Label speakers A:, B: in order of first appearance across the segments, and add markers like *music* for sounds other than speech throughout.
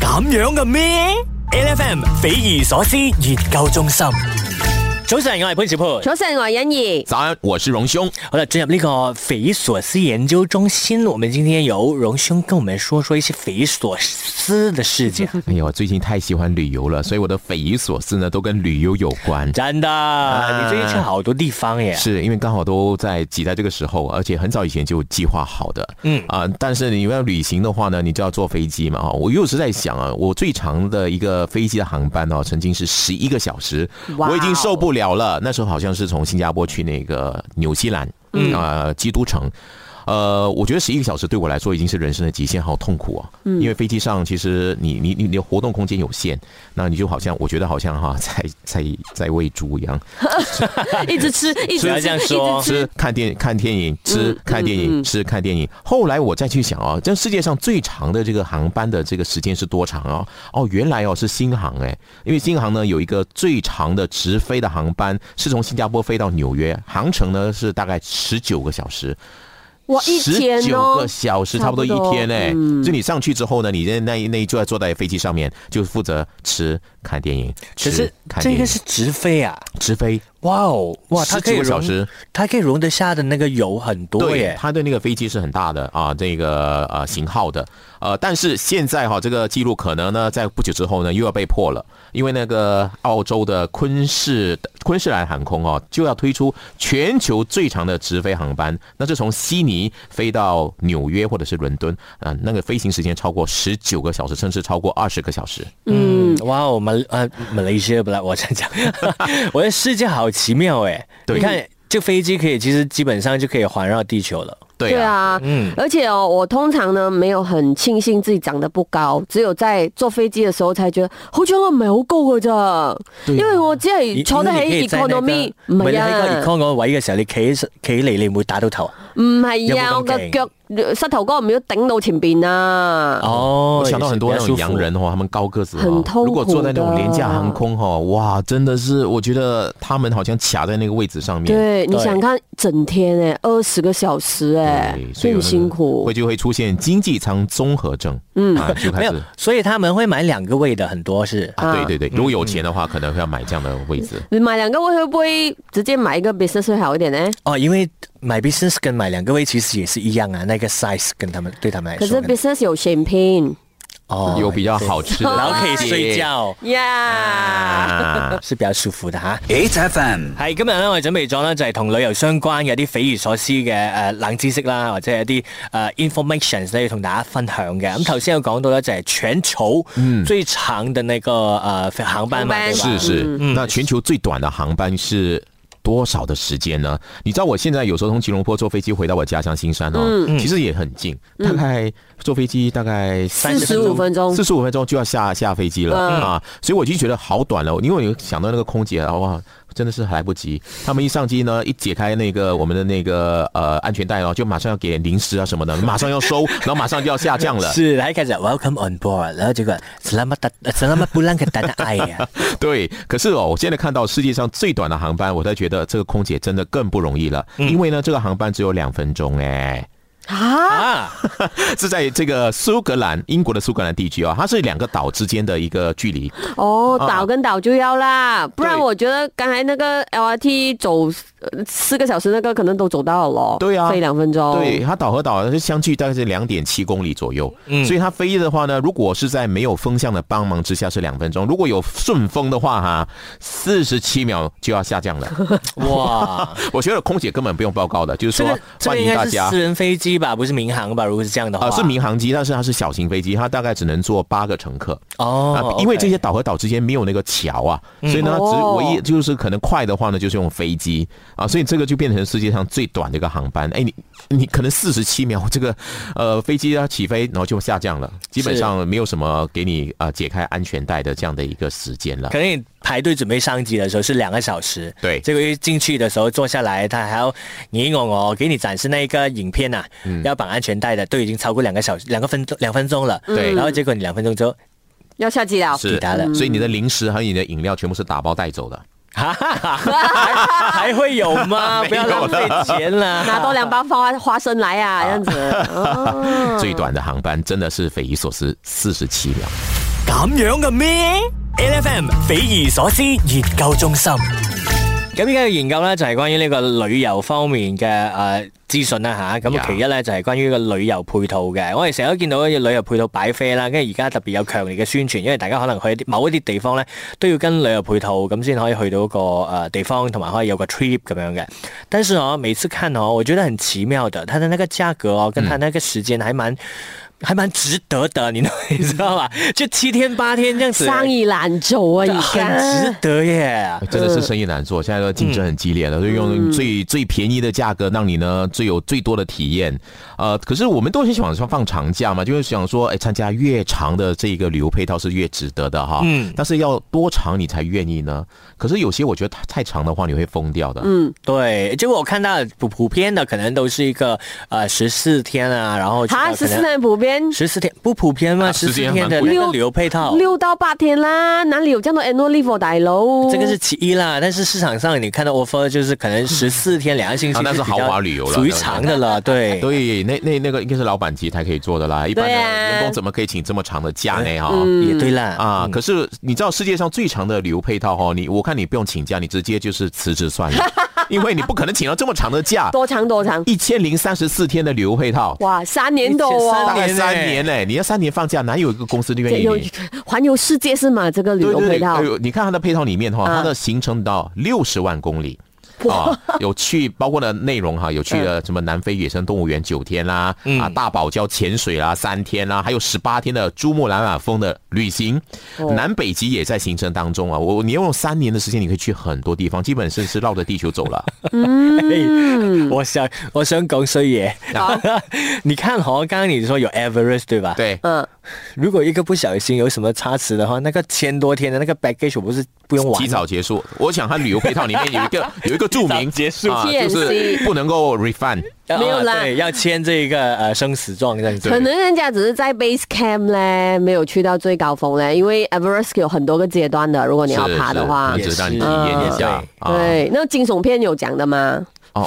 A: 咁樣嘅咩？L F M 匪夷所思研究中心。早晨，我係潘小潘。
B: 早晨，我係
A: *laughs*
B: 欣怡。
C: 早安，我是榮兄。
A: 好了，進入呢個匪夷所思研究中心，我們今天由榮兄跟我們說說一些匪夷所思的事情。
C: 哎呀，我最近太喜歡旅遊了，所以我的匪夷所思呢都跟旅遊有關。
A: 真的，你最近去好多地方耶。
C: 啊是因為剛好都在擠在這個時候，而且很早以前就計劃好的。
A: 嗯
C: 啊、但是你要旅行的話呢，你就要坐飛機嘛。哈，哦我又是在想啊，我最長的一個飛機的航班哦，曾經是十一個小時，
B: 哇哦
C: 我已經受不了了。那時候好像是從新加坡去那個紐西蘭，嗯、呃，基督城。呃，我覺得十一個小時對我來說已經是人生的極限，好痛苦啊！因為飛機上其實你你你你的活動空間有限，那你就好像我覺得好像哈、在在在餵豬一樣，
B: 一直吃，一
A: 不要這
B: 直吃，
A: 樣
B: 一直
A: 說
B: 吃。
C: 吃看電看電影，吃
B: 嗯
C: 看電影，吃看電影。後來我再去想哦，這世界上最長的這個航班的這個時間是多長啊、哦？哦，原來哦是新航哎，因為新航呢有一個最長的直飛的航班是從新加坡飛到紐約，航程呢是大概十九個小時。
B: 哇，一
C: 十
B: 天
C: 九
B: 哦
C: 個，小時，差不多一天呢、
B: 嗯
C: 所以你上去之後呢，你在那一那一就在坐在飛機上面，就負責吃、看電影。
A: 可
C: 吃
A: 是
C: 看電
A: 這
C: 影
A: 個是直飛啊！
C: 直飛，
A: 哇哦，哇，它可以
C: 17個小
A: 容
C: 時，
A: 它可以容得下的那個油很多
C: 對，
A: 耶。
C: 它的那個飛機是很大的啊，这个呃型號的，呃，但是現在哈、這個記錄可能呢，在不久之後呢又要被破了，因為那個澳洲的昆士昆士蘭航空哦就要推出全球最長的直飛航班，那是從悉尼飛到紐約或者是倫敦啊、那個飛行時間超過十九個小時，甚至超過二十個小時。
A: 嗯，哇哦，馬呃馬來西亞不來，我在講， *laughs* 我的世界好奇妙哎！
C: 對
A: 你看这飞机可以，其實基本上就可以環繞地球了。
C: 對
B: 对啊，
C: 嗯
B: 而且哦，我通常呢沒有很慶幸自己長得不高，只有在坐飛機的時候才覺得好似我唔係好高㗎咋，因為我只係坐得
A: 因為
B: 起
A: 啊你可以喺呢
B: economy，
A: 個
B: 唔
A: 唔係你
B: 係
A: 喺個
B: 啊，
A: econ 嗰個位嘅時候，你企起企嚟，你唔會打到頭啊。
B: 唔係啊，
A: 有
B: 我
A: 冇咁
B: 個
A: 勁
B: 腳膝頭哥唔要頂到前邊啊。
A: 哦
C: 我想到很多那種洋。人哦，他們高个子
B: 很
C: 哦，
B: 痛苦
C: 如果坐在那种廉價
B: 的
C: 航空哦，哇，真的是，我覺得他們好像卡在那個位置上面。
B: 对，你
A: 对
B: 想看整天哎、二十个小时哎、
C: 对
B: 所以很辛苦
C: 会。就会出現經濟艙綜合症。嗯，啊，就
A: 沒
C: 開
A: 有嗯
C: 始，
A: 所以他們會買兩個位的，很多是。
C: 啊，對對對，如果有錢的話，可能會要買這樣的位置。
B: 你买两个会不会直接买一个 business 会好一点呢？
A: 哦，因為買 business 跟買兩個位其實也是一樣啊，那個 size 跟他們對他們來
B: 可
A: 說。
B: 是 business 有 champagne 嗯
A: 哦
C: 有比較好哎吃
B: *laughs*
C: 的，
A: 然後可以睡覺，
B: 呀、
C: 啊。
B: *laughs*
A: 是比較舒服的吓。
D: 8FM.
A: 係今日咧，我哋準備咗咧就係同旅遊相關嘅一啲匪夷所思嘅誒冷知識啦，或者係一啲誒 information 咧要同大家分享嘅。咁頭先有講到咧，就係全球
C: 嗯
A: 最長嘅那個誒航班嘛，
B: 航班
A: 對吧
C: 是是，
B: 嗯
C: 那全球最短的航班是。多少的時間呢？你知道我現在有時候從吉隆坡坐飛機回到我家鄉新山哦，
B: 嗯
A: 嗯
C: 其實也很近，大概坐飛機大概
A: 35
B: 四十五分钟
C: 四，十五分鐘就要下下飛機了、啊，所以我就觉得好短了。因为我想到那个空姐啊，哇，真的是来不及。他们一上机呢，一解开那个我们的那个呃安全带哦，就马上要给零食啊什么的，马上要收，然后马上就要下降
A: *laughs*
C: 了。
A: 是，然後一開始 Welcome on board，然後結果呃 Selamat dat- Selamat pulang ke tanah air
C: 对，可是哦，我现在看到世界上最短的航班，我才觉得这个空姐真的更不容易了，因为呢，这个航班只有两分钟哎。 *laughs*
B: 啊，
A: 啊，
C: 是在这个苏格兰，英国的苏格兰地区哦，它是两个岛之间的一个距离，
B: 哦，
C: 啊
B: 倒跟倒就要啦，不然
C: 对
B: 我觉得刚才那个 LRT 走呃四个小时那个可能都走到了咯，
C: 对啊
B: 飞两分钟，
A: 哦
C: 对，它岛和岛是相距大概是两点七公里左右，
A: 嗯
C: 所以它飞的话呢，如果是在没有风向的帮忙之下是两分钟，如果有顺风的话哈，四十七秒就要下
A: *laughs*
C: 降了。
A: 哇！
C: 我觉得空姐根本不用报告的，就是
A: 这
C: 说
A: 個这
C: 欢
A: 個
C: 迎
A: 应
C: 大
A: 该是
C: 家
A: 私。人飛機吧，不是民航吧？如果是這樣的話，
C: 呃，是民航机，但是它是小型飞机，它大概只能坐八个乘客啊、
A: 哦，
C: 因为
A: OK 嗯
C: 这些岛和岛之间没有那个桥啊，所以呢，它只
B: 哦
C: 唯一就是可能快的话呢，就是用飞机啊，所以这个就变成世界上最短的一个航班。哎，你你可能四十七秒，这个呃飞机它起飞然后就下降了，基本上没有什么给你啊、呃解开安全带的这样的一个时间了
A: 可。能你排隊準備上機的時候是兩個小時，
C: 對
A: 結果一進去的時候坐下來，他還要你我我給你展示那一個影片啊，要綁安全帶的，都已經超過兩個小時、兩個分鐘、兩分鐘了，
C: 對
A: 然後結果你兩分鐘之後，
B: 要下機了，
A: 抵
C: 是
A: 达了，
C: 所以你的零食和你的饮料全部是打包带走的。
A: 哈哈哈 *laughs* 哈，還會有嗎？不要浪費錢啦，
B: *laughs* 拿多两包花花生来
C: *laughs*
B: 啊，这样子，哦
A: 嗯
C: 最短的航班真的是匪夷所思，四十七秒。
A: 咁樣嘅咩？LFM 匪夷所思研究中心。咁依家嘅研究咧就係關於呢個旅遊方面嘅誒資訊啦吓，咁
C: Yeah
A: 其一咧就係關於個旅遊配套嘅，我哋成日都見到嘅旅遊配套擺飛啦，跟住而家特別有強烈嘅宣傳，因為大家可能去一啲某一啲地方咧都要跟旅遊配套咁先可以去到一個誒地方，同埋可以有個 trip 咁樣嘅。但是哦，每次看哦，我覺得很奇妙的，它的那個價格哦，跟它那個時間還蠻。還蠻值得的，你你知道吧？
B: 嗯
A: 就七天八天這樣子，
B: 生意難做啊，
A: 真的
B: 而
A: 很值
B: 家。
A: 得耶。
C: 真的是生意难做，现在的竞争很激烈了，就用最最便宜的价格让你呢最有最多的体验。呃，可是我们都很想说放长假嘛，就是想说，哎，参加越长的这个旅游配套是越值得的哈。
A: 嗯
C: 但是要多长你才愿意呢？可是有些我觉得太太长的话，你会疯掉的。嗯，
A: 对，结果我看到普普遍的可能都是一个呃十四天啊，然后
B: 好，十四天普遍
A: 十四天不普遍吗？
C: 啊
A: 十四
C: 14
A: 天的那
C: 蛮
B: 贵
A: 个
B: 的
A: 旅游配
C: 哦
A: 套。
B: 六到八天啦，哪里有这样的 annual leave 哦，大佬？
A: 这个是其一啦，但是市场上你看到 offer 就是可能十四天两个星期
C: 啊
A: 比
C: 那
A: 较，
C: 是豪华旅游了
A: 属于
C: 对不对
A: 长的了，对。
C: 所以那那那个应该是老板级才可以做的啦，一般的
B: 对啊
C: 员工怎么可以请这么长的假呢？哈、
B: 嗯
A: 也对啦，
C: 啊，可是你知道世界上最长的旅游配套哦，你我看你不用请假，你直接就是辞职算了，因为你不可能请到这么长的
B: *laughs*
C: 假，
B: 多长多长？
C: 一千零三十四天的旅游配套，
B: 哇，三年多
C: 大
B: 哦，
C: 概
A: 年
C: 三
A: 欸
C: 年嘞，你要三年放假，哪有一个公司愿意
B: 有
C: 你？
B: 环游世界是吗？这个旅游配套
C: 哎，呦你看它的配套里面哈，
B: 啊
C: 它的行程到六十万公里。啊，有去包括的内容哈，有去
B: 嗯
C: 了什么南非野生动物园九天啦，啊大堡礁潜水啦三天啦，还有十八天的珠穆朗玛峰的旅行，
B: 哦
C: 南北极也在行程当中啊。我你要用三年的时间，你可以去很多地方，基本上是绕着地球走
B: *laughs*
C: 了。
A: 嗯， *laughs* 我想我想讲衰嘢，
C: 啊
A: *laughs* 你看哦，刚刚你说有 Everest 对吧？。
C: 对，
B: 嗯，
A: 如果一个不小心有什么差池的话，那个千多天的那个 baggage 我不是不用玩
C: 提
A: 吗
C: 早结束。我想它旅游配套里面有一
B: *laughs*
C: 个有一个注明
A: 提早结束
C: 啊，就是不能够 refund。
A: 啊
B: 没有啦
A: 对，要签这一个呃生死状这样子。 *laughs*
B: 可能人家只是在 base camp 嘞，没有去到最高峰嘞，因为 Everest 有很多个阶段的，如果你要爬的话嗯
C: 是，是那只是让你体验一下。啊，
B: 对，那惊悚片有讲的吗？
C: 哦，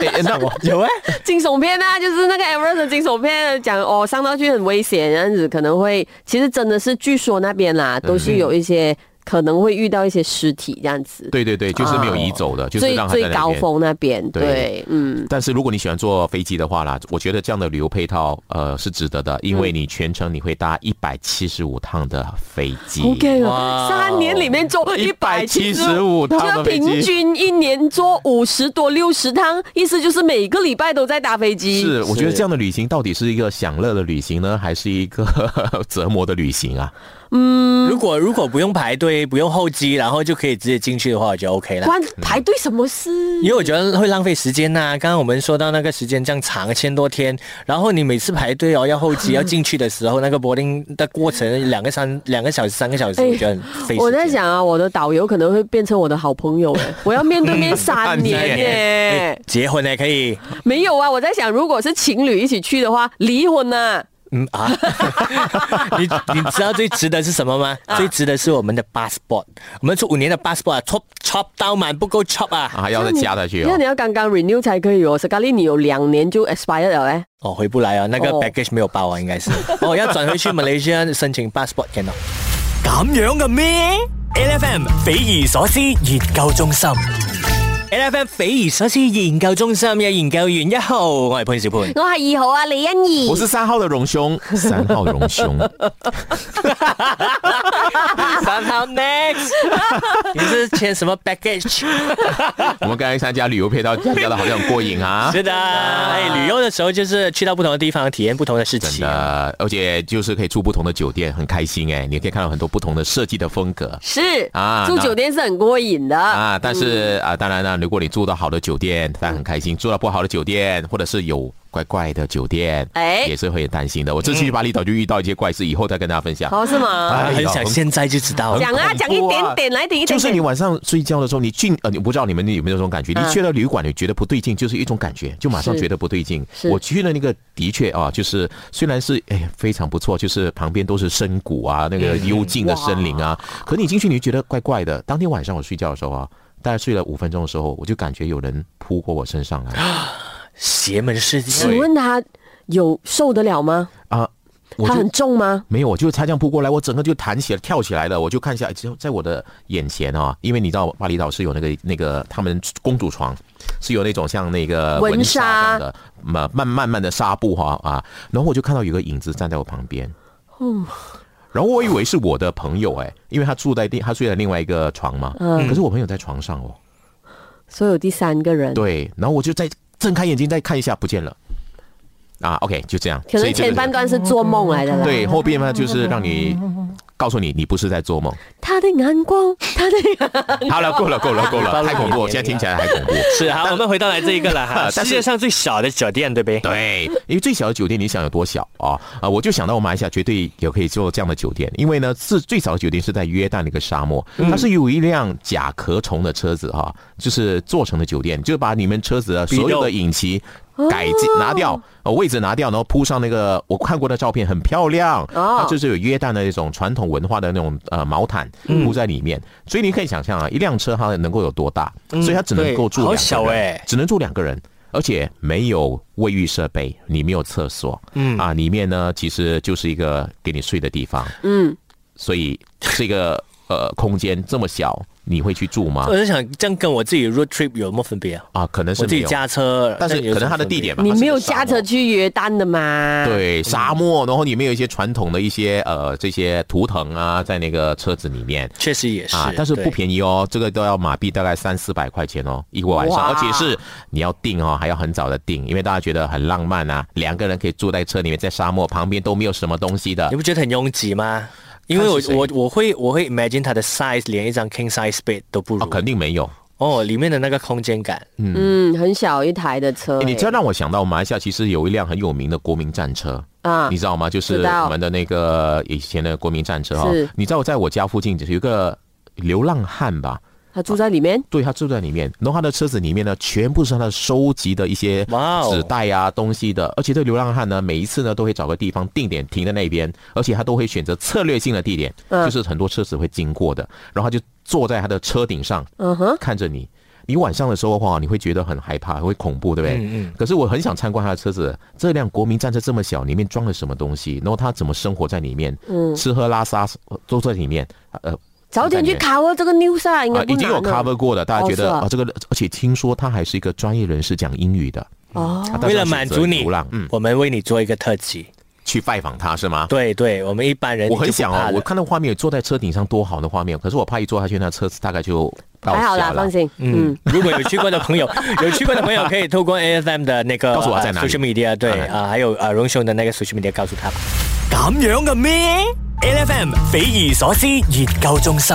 C: 哎哎那我
A: 有哎、
B: *laughs* 惊悚片啊，就是那个 Everest 的惊悚片，讲哦上到去很危险，这样子可能会，其实真的是据说那边啊啦，
C: 嗯
B: 都是有一些可能会遇到一些尸体这样子。
C: 对对对，就是没有移走的，就是
B: 哦最
C: 让它在
B: 最
C: 那
B: 高
C: 边。
B: 峰那边，
C: 对
B: 对，嗯，
C: 但是如果你喜欢坐飞机的话啦，我觉得这样的旅游配套呃是值得
B: 嗯
C: 的，因为你全程你会搭一百七十五趟的飞机。
B: 好惊
A: 哇
B: 啊！三年里面做一百七十
C: 175
B: 就
C: 趟
B: 要
C: 的啊飞机
B: 平均一年做五十多六十趟，意思就是每个礼拜都在搭飞机。
C: 是，我觉得
A: 是
C: 这样的旅行到底是一个享乐的旅行呢，还是一个 *laughs* 折磨的旅行啊？
A: 如果如果不用排队，不用候机，然后就可以直接进去的话，我觉得 OK 啦。
B: 关排队什么事
A: 因？为我觉得会浪费时间呐、刚刚我们说到那个时间这样长，千多天，然后你每次排队哦，要候机，要进去的时候，那个 boarding 的过程两个三两个小时、三个小时，
B: 哎
A: 我觉得很费时间。
B: 我在想啊，我的导游可能会变成我的好朋友
C: *laughs*
B: 哎，我要面对面三
C: 半
B: 年耶。
A: 结婚呢可以，
B: 没有啊，我在想，如果是情侣一起去的话，离婚呐、
A: 嗯啊，你你知道最值得是什么吗？最值得是我们的 passport，我们这五年的 passport 啊，chop chop 刀满不够 chop 啊，
C: 啊，还要再加下去
B: 因为
C: 哦
B: 你。要刚刚 renew 才可以哦。斯卡利，你有两年就 expire 了哎。
A: 哦回不来啊，那个
B: 哦
A: baggage 没有包啊，应 *laughs* 该是，哦要转回去 Malaysia 申请 passport 见到。咁样嘅咩？L F M 匪夷所思研究中心，L F M 匪夷所思研究中心嘅研究員一號，我係潘小潘。
B: 我系二号啊，李欣怡
C: 我是三号的
B: *laughs*
C: 荣兄，三号荣兄，
A: 三號 *laughs* next，你是簽什麼 baggage？
C: 我们刚才参加旅游配套，参加的好像很过
B: *laughs*
C: 瘾啊。
A: 是的，哎，旅游的时候就是去到不同的地方，体验不同的事
C: 真
A: 情。
C: 的，而且就是可以住不同的酒店，很开心哎、你可以看到很多不同的设计的风格。
B: 是
C: 啊
B: 住
C: 那
B: 酒店是很过瘾的。
C: 啊，但是啊，当然了，如果你住到好的酒店，当然很开心；住到不好的酒店，或者是有怪怪的酒店，
B: 哎
C: 也是会很担心的。我这次去巴厘岛就遇到一些怪事，以后再跟大家分享。
B: 哦，是吗？
A: 啊，
C: 哎
A: 很
C: 呦
A: 想现在就知道。
B: 讲啊，
C: 很恐怖啊
B: 讲一点点，来点一点
C: 就是你
B: 点。
C: 晚上睡觉的时候，你进呃，你不知道你们有没有这种感觉？你去了旅馆，你觉得不对劲，就是一种感觉，就马上
B: 嗯是
C: 觉得不对劲。
B: 是
C: 我去了那个，的确啊，就是虽然是哎非常不错，就是旁边都是深谷啊，
B: 哎
C: 那个幽静的森林啊，可你进去你就觉得怪怪的。当天晚上我睡觉的时候啊，大概睡了五分钟的时候，我就感觉有人扑过我身上来
A: 邪门事件
B: 请问他有受得了吗？
C: 啊。我
B: 它
C: 就
B: 很重吗？
C: 没有，我就他这样扑过来，我整个就弹起来、跳起来了。我就看一下，就在我的眼前啊，因为你知道巴厘岛是有那个那个他们公主床是有那种像那个
B: 文
C: 文纱这
B: 纱
C: 样的，慢慢慢慢的纱布哈啊，然后我就看到有个影子站在我旁边，然后我以为是我的朋友哎、因为他住在另他睡在另外一个床嘛，
B: 嗯
C: 可是我朋友在床上哦，
B: 所以有第三个人，
C: 对，然后我就再睁开眼睛再看一下，不见了。啊，OK，就这样。
B: 可
C: 所
B: 能
C: 以这
B: 前
C: 个
B: 半段是做梦来的啦。
C: 对，啊后边呢就是让你告诉你，你不是在做梦。
B: 他的眼光， *laughs* 他的
C: 好了，够了，够了，够了，太恐怖，现在听起来还恐怖。
A: 是好，我们回到来这一个了 *laughs* 哈，世
C: 但是
A: 界上最小的酒店对不对？
C: 对，因为最小的酒店，你想有多小啊？啊、我就想到我马来西亚绝对也可以做这样的酒店，因为呢，是最小的酒店是在约旦的一个沙漠，它是有一辆甲壳虫的车子哈、就是做成的酒店，就把你们车子的啊所有的引擎。改进拿掉，呃，位置拿掉，然后铺上那个我看过的照片，很漂亮。
B: 哦
C: 它就是有约旦的那种传统文化的那种呃毛毯铺在里面，所以你可以想象啊，一辆车它能够有多大，所以它只能够住
A: 嗯对
C: 两个
A: 好
C: 人，
A: 小欸
C: 只能住两个人，而且没有卫浴设备，你没有厕所，嗯啊，里面呢其实就是一个给你睡的地方，嗯，所以这个呃空间这么小，你会去住吗
A: 我？在想，这样跟我自己 road trip 有什么分别啊？
C: 啊，可能是
A: 我自
C: 没
A: 己
C: 有，
A: 驾车，
C: 但是
A: 这样有
C: 可
A: 什
C: 能
A: 么
C: 它的
A: 分别
C: 地点吧，
B: 你
C: 它是
B: 没有
C: 个沙
B: 驾车
C: 漠
B: 去约旦的吗？，
C: 对，沙漠，然后里面有一些传统的一些呃这些图腾啊，在那个车子里面。
A: 确实也是
C: 啊，，但是
A: 对
C: 不便宜哦，这个都要马币大概三四百块钱哦，一个晚上，
B: 哇
C: 而且是你要订哦，还要很早的订，因为大家觉得很浪漫啊，两个人可以坐在车里面，在沙漠旁边都没有什么东西的
A: 你，不觉得很拥挤吗？因为我
C: 看是谁
A: 我我会我会 imagine 它的 size 连一张 king size bed 都不如
C: 哦，肯定没有。
A: 哦，里面的那个空间感，
B: 嗯，很小一台的车、
C: 诶你
B: 哎
C: 这让我想到马来西亚其实有一辆很有名的国民战车，
B: 啊
C: 你，知道吗？就是
B: 知道
C: 我们的那个以前的国民战车哈、
B: 是
C: 你知道在我家附近有一个流浪汉吧？
B: 他住在里面，
C: 对，他住在里面，然后他的车子里面呢，全部是他的收集的一些
A: 哇哦
C: 纸袋啊、东西的。而且这流浪汉呢，每一次呢都会找个地方定点停在那边，而且他都会选择策略性的地点，
B: 嗯
C: 就是很多车子会经过的。然后他就坐在他的车顶上，
B: 嗯哼，
C: 看着你。你晚上的时候的话，你会觉得很害怕，会恐怖，对不对？
A: 嗯嗯
C: 可是我很想参观他的车子，这辆国民战车这么小，里面装了什么东西？然后他怎么生活在里面？
B: 嗯
C: 吃喝拉撒呃都在里面。呃，
B: 早点去 cover 这个 news 啊，应
C: 啊
B: 该，不
C: 已经有
B: 难啊
C: cover 过的，大家觉
B: 哦
C: 得
B: 是啊
C: 啊，这个，而且听说他还是一个专业人士，讲英语的。
B: 哦，
C: 啊
A: 为了满足你，
C: 嗯，
A: 我们为你做一个特辑。
C: 去拜访他是吗？
A: 对对，我们一般人
C: 我很
A: 你就不
C: 想
A: 怕
C: 哦，
A: 了
C: 我看到画面坐在车顶上多好的画面，可是我怕一坐下去，那车子大概就到
B: 还好
C: 家
B: 啦，放
C: 了。
B: 心，嗯，
A: 如果有去过的朋友，有去过的朋友可以透过 AFM 的那个呃
C: 告诉我在哪里
A: social media 对
C: 嗯
A: 啊、还有啊荣兄的那个 social media 告诉他吧。咁样嘅咩？AFM 匪夷所思研究中心。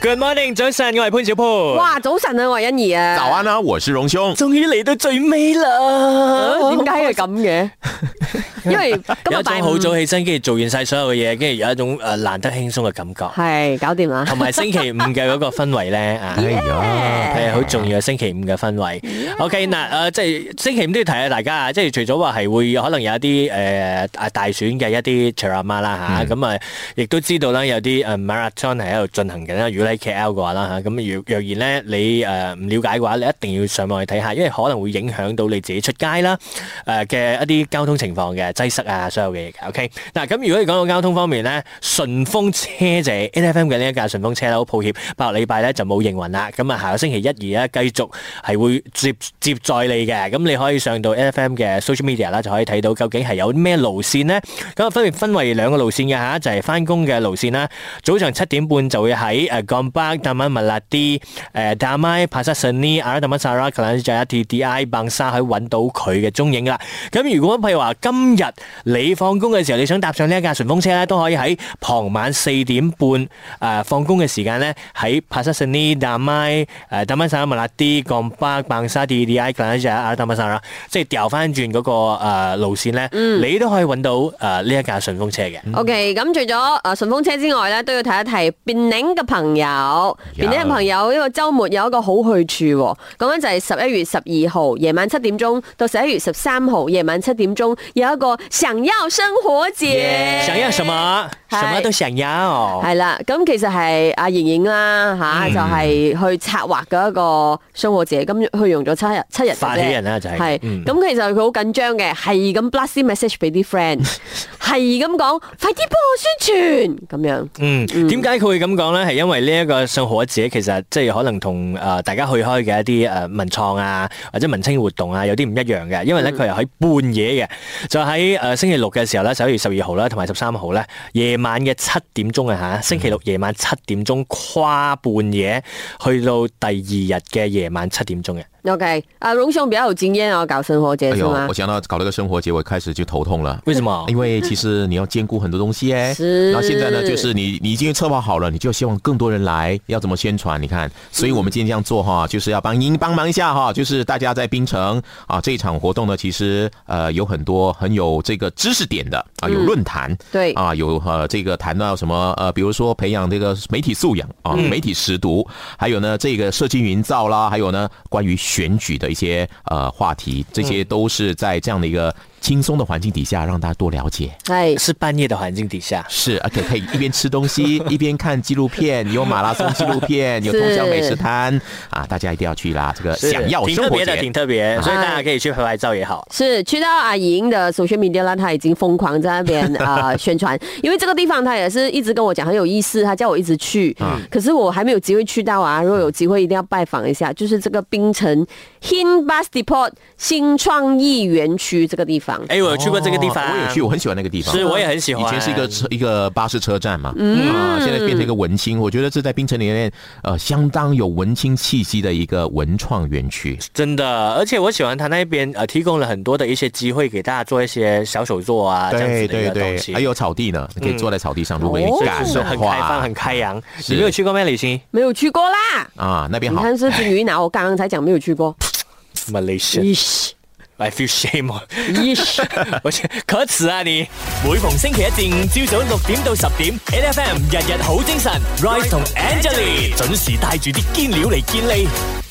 A: Good morning，早晨，我系潘小鋪。
B: 哇，早晨啊，黃欣怡啊，
C: 早安啊，我是榮兄。
A: 终于嚟到最尾啦！
B: 啊，點解係咁嘅？
C: *laughs*
B: 因為今
A: 嗯有一種
B: 日拜
A: 好
B: 五
A: 早起身，跟住做完晒所有嘅嘢，跟住有一種誒難得輕鬆嘅感覺，
B: 係搞掂啦，
A: 同埋星期五嘅嗰個氛圍咧啊！
C: 哎呀，
A: 係好重要嘅星期五嘅氛圍。OK 嗱，誒、即係星期五都要提下大家啊，即係除咗話係會可能有一啲誒啊大選嘅一啲 c h a r a m a 啦嚇，咁啊亦都知道啦，有啲誒 marathon 係喺度進行緊啦。如果你喺 KL 嘅話啦嚇，咁若若然咧你誒唔了解嘅話，你一定要上網去睇下，因為可能會影響到你自己出街啦誒嘅一啲交通情況嘅擠塞啊，所有嘅嘢嘅。OK 嗱，咁如果你講到交通方面咧，順風車就係 NFM 嘅呢一架順風車啦，好抱歉，八個禮拜咧就冇營運啦。咁啊，下個星期一、二咧繼續係會接接載你嘅。咁你可以上到 NFM 嘅 social media 啦，就可以睇到究竟係有咩路線呢。咁啊，分別分為兩個路線嘅嚇，就係翻工嘅路線啦。早上七點半就會喺誒 Gombak、Taman Melati、誒呃 Damai、Pasar Seni、Arah Taman Sara、Kelantan Jaya、TDI、Bangsa 可以揾到佢嘅蹤影啦。咁如果譬如話今日你放工嘅時候，你想搭上呢一架順風車咧，都可以喺傍晚四點半誒、呃放工嘅時間咧，喺 Pasar Seni、Damai、誒 Taman Sara、Melati、Gombak、Bangsa、TDI、Kelantan Jaya、Arah Taman Sara，即係調翻轉嗰個、呃、路線咧，你都可以揾到呃誒呢、一架順風車嘅。
B: OK，咁除咗誒順風車之外咧，都要提一提便寧嘅朋友。
C: 有
B: 便寧嘅朋友呢個週末有一個好去處喎，講緊就係十一月十二號夜晚七點鐘到十一月十三號夜晚七點鐘有一個想要生活節。
A: 想要什麼？什麼都想要。
B: 係啦，咁其實係阿瑩瑩啦吓，
A: 嗯
B: 就係去策劃嘅一個生活者，咁佢用咗七日七日嘅啫
A: 發起人啦就係
B: 係
A: 嗯
B: 咁其實佢好緊張嘅，係咁 blast 啲 message 俾啲
C: *laughs*
B: friend，係咁講，快啲幫我宣傳咁樣。
A: 嗯，點解佢會咁講咧？係因為呢一個上火者其實即係可能同誒、呃大家去開嘅一啲誒、呃文創啊或者文青活動啊有啲唔一樣嘅，因為咧
C: 嗯
A: 佢係喺半夜嘅，就喺誒、呃星期六嘅時候咧，十一月十二號啦同埋十三號咧夜晚嘅七點鐘啊嚇，星
C: 嗯
A: 期六夜晚七點鐘跨半夜去到第二日嘅夜晚七點鐘嘅。
B: OK，阿榮兄比較有經驗啊，搞生活者
C: 哎
B: 是
C: 呦，
B: 嗎
C: 我？想到搞了个生活节，我开始就头痛了。
A: 為什麼？
C: 因为其实你要兼顾很多东西哎，
B: 是
C: 然后现在呢，就是你你已经策划好了，你就希望更多人来，要怎么宣传？你看，所以我们今天这样做哈，就是要帮您帮忙一下哈，就是大家在槟城啊这一场活动呢，其实呃有很多很有这个知识点的啊，有论坛，
B: 对
C: 啊有呃这个谈到什么呃，比如说培养这个媒体素养啊，
A: 嗯
C: 媒体识读，还有呢这个社区营造啦，还有呢关于选举的一些呃话题，这
A: 嗯
C: 些都是在这样的一个。轻松的环境底下，让大家多了解。
B: 係。
A: 是半夜的環境底下。
C: 是，而且可以一边吃东西一边看纪录片，有马拉松纪录片，有通宵美食摊啊，大家一定要去啦！这个想要
A: 挺特
C: 生活
A: 別的，挺
C: 节，
A: 特別，所以
B: 哎
A: 大家可以去拍拍照也好。
B: 是去到阿莹的首选米店啦，他已经疯狂在那
C: *laughs*
B: 边呃宣传，因为这个地方他也是一直跟我讲很有意思，他叫我一直去，
C: 啊
B: 可是我还没有机会去到啊。如果有机会一定要拜访一下，就是这个槟城 Hin Bus Depot 新创意园区这个地方。
A: 哎、我有去過這個地方、
C: 哦我有去，我很喜欢那个地方。
A: 是我也很喜歡嗯
C: 以前是一个车一个巴士车站嘛，啊，现在变成一个文青，我觉得这在槟城里面呃相当有文青气息的一个文创园区。
A: 真的，而且我喜欢他那边呃，提供了很多的一些机会给大家做一些小手作啊，这样子的
C: 对
A: 一
C: 对哎
A: 个东
C: 对，
A: 西，
C: 还有草地呢，你可以坐在草地上，如果你
B: 哦
A: 所以
C: 敢
A: 就是
C: 的
A: 很开放、
C: 话
A: 很开扬。
C: 是
A: 你没有去过咩？李欣
B: 没有去过啦，
C: 啊，那边
B: 你
C: 好。
B: 看是不是金鱼拿我刚刚才讲没有去过，
A: ？Malaysia，I
B: 咦
A: feel shame 啊
B: 咦，
A: *laughs* 我覺得可耻啊你！每逢星期一至五朝早六點到十點，N F M 日日好精神，Rise 同 Angelie 準時帶住啲堅料嚟堅利。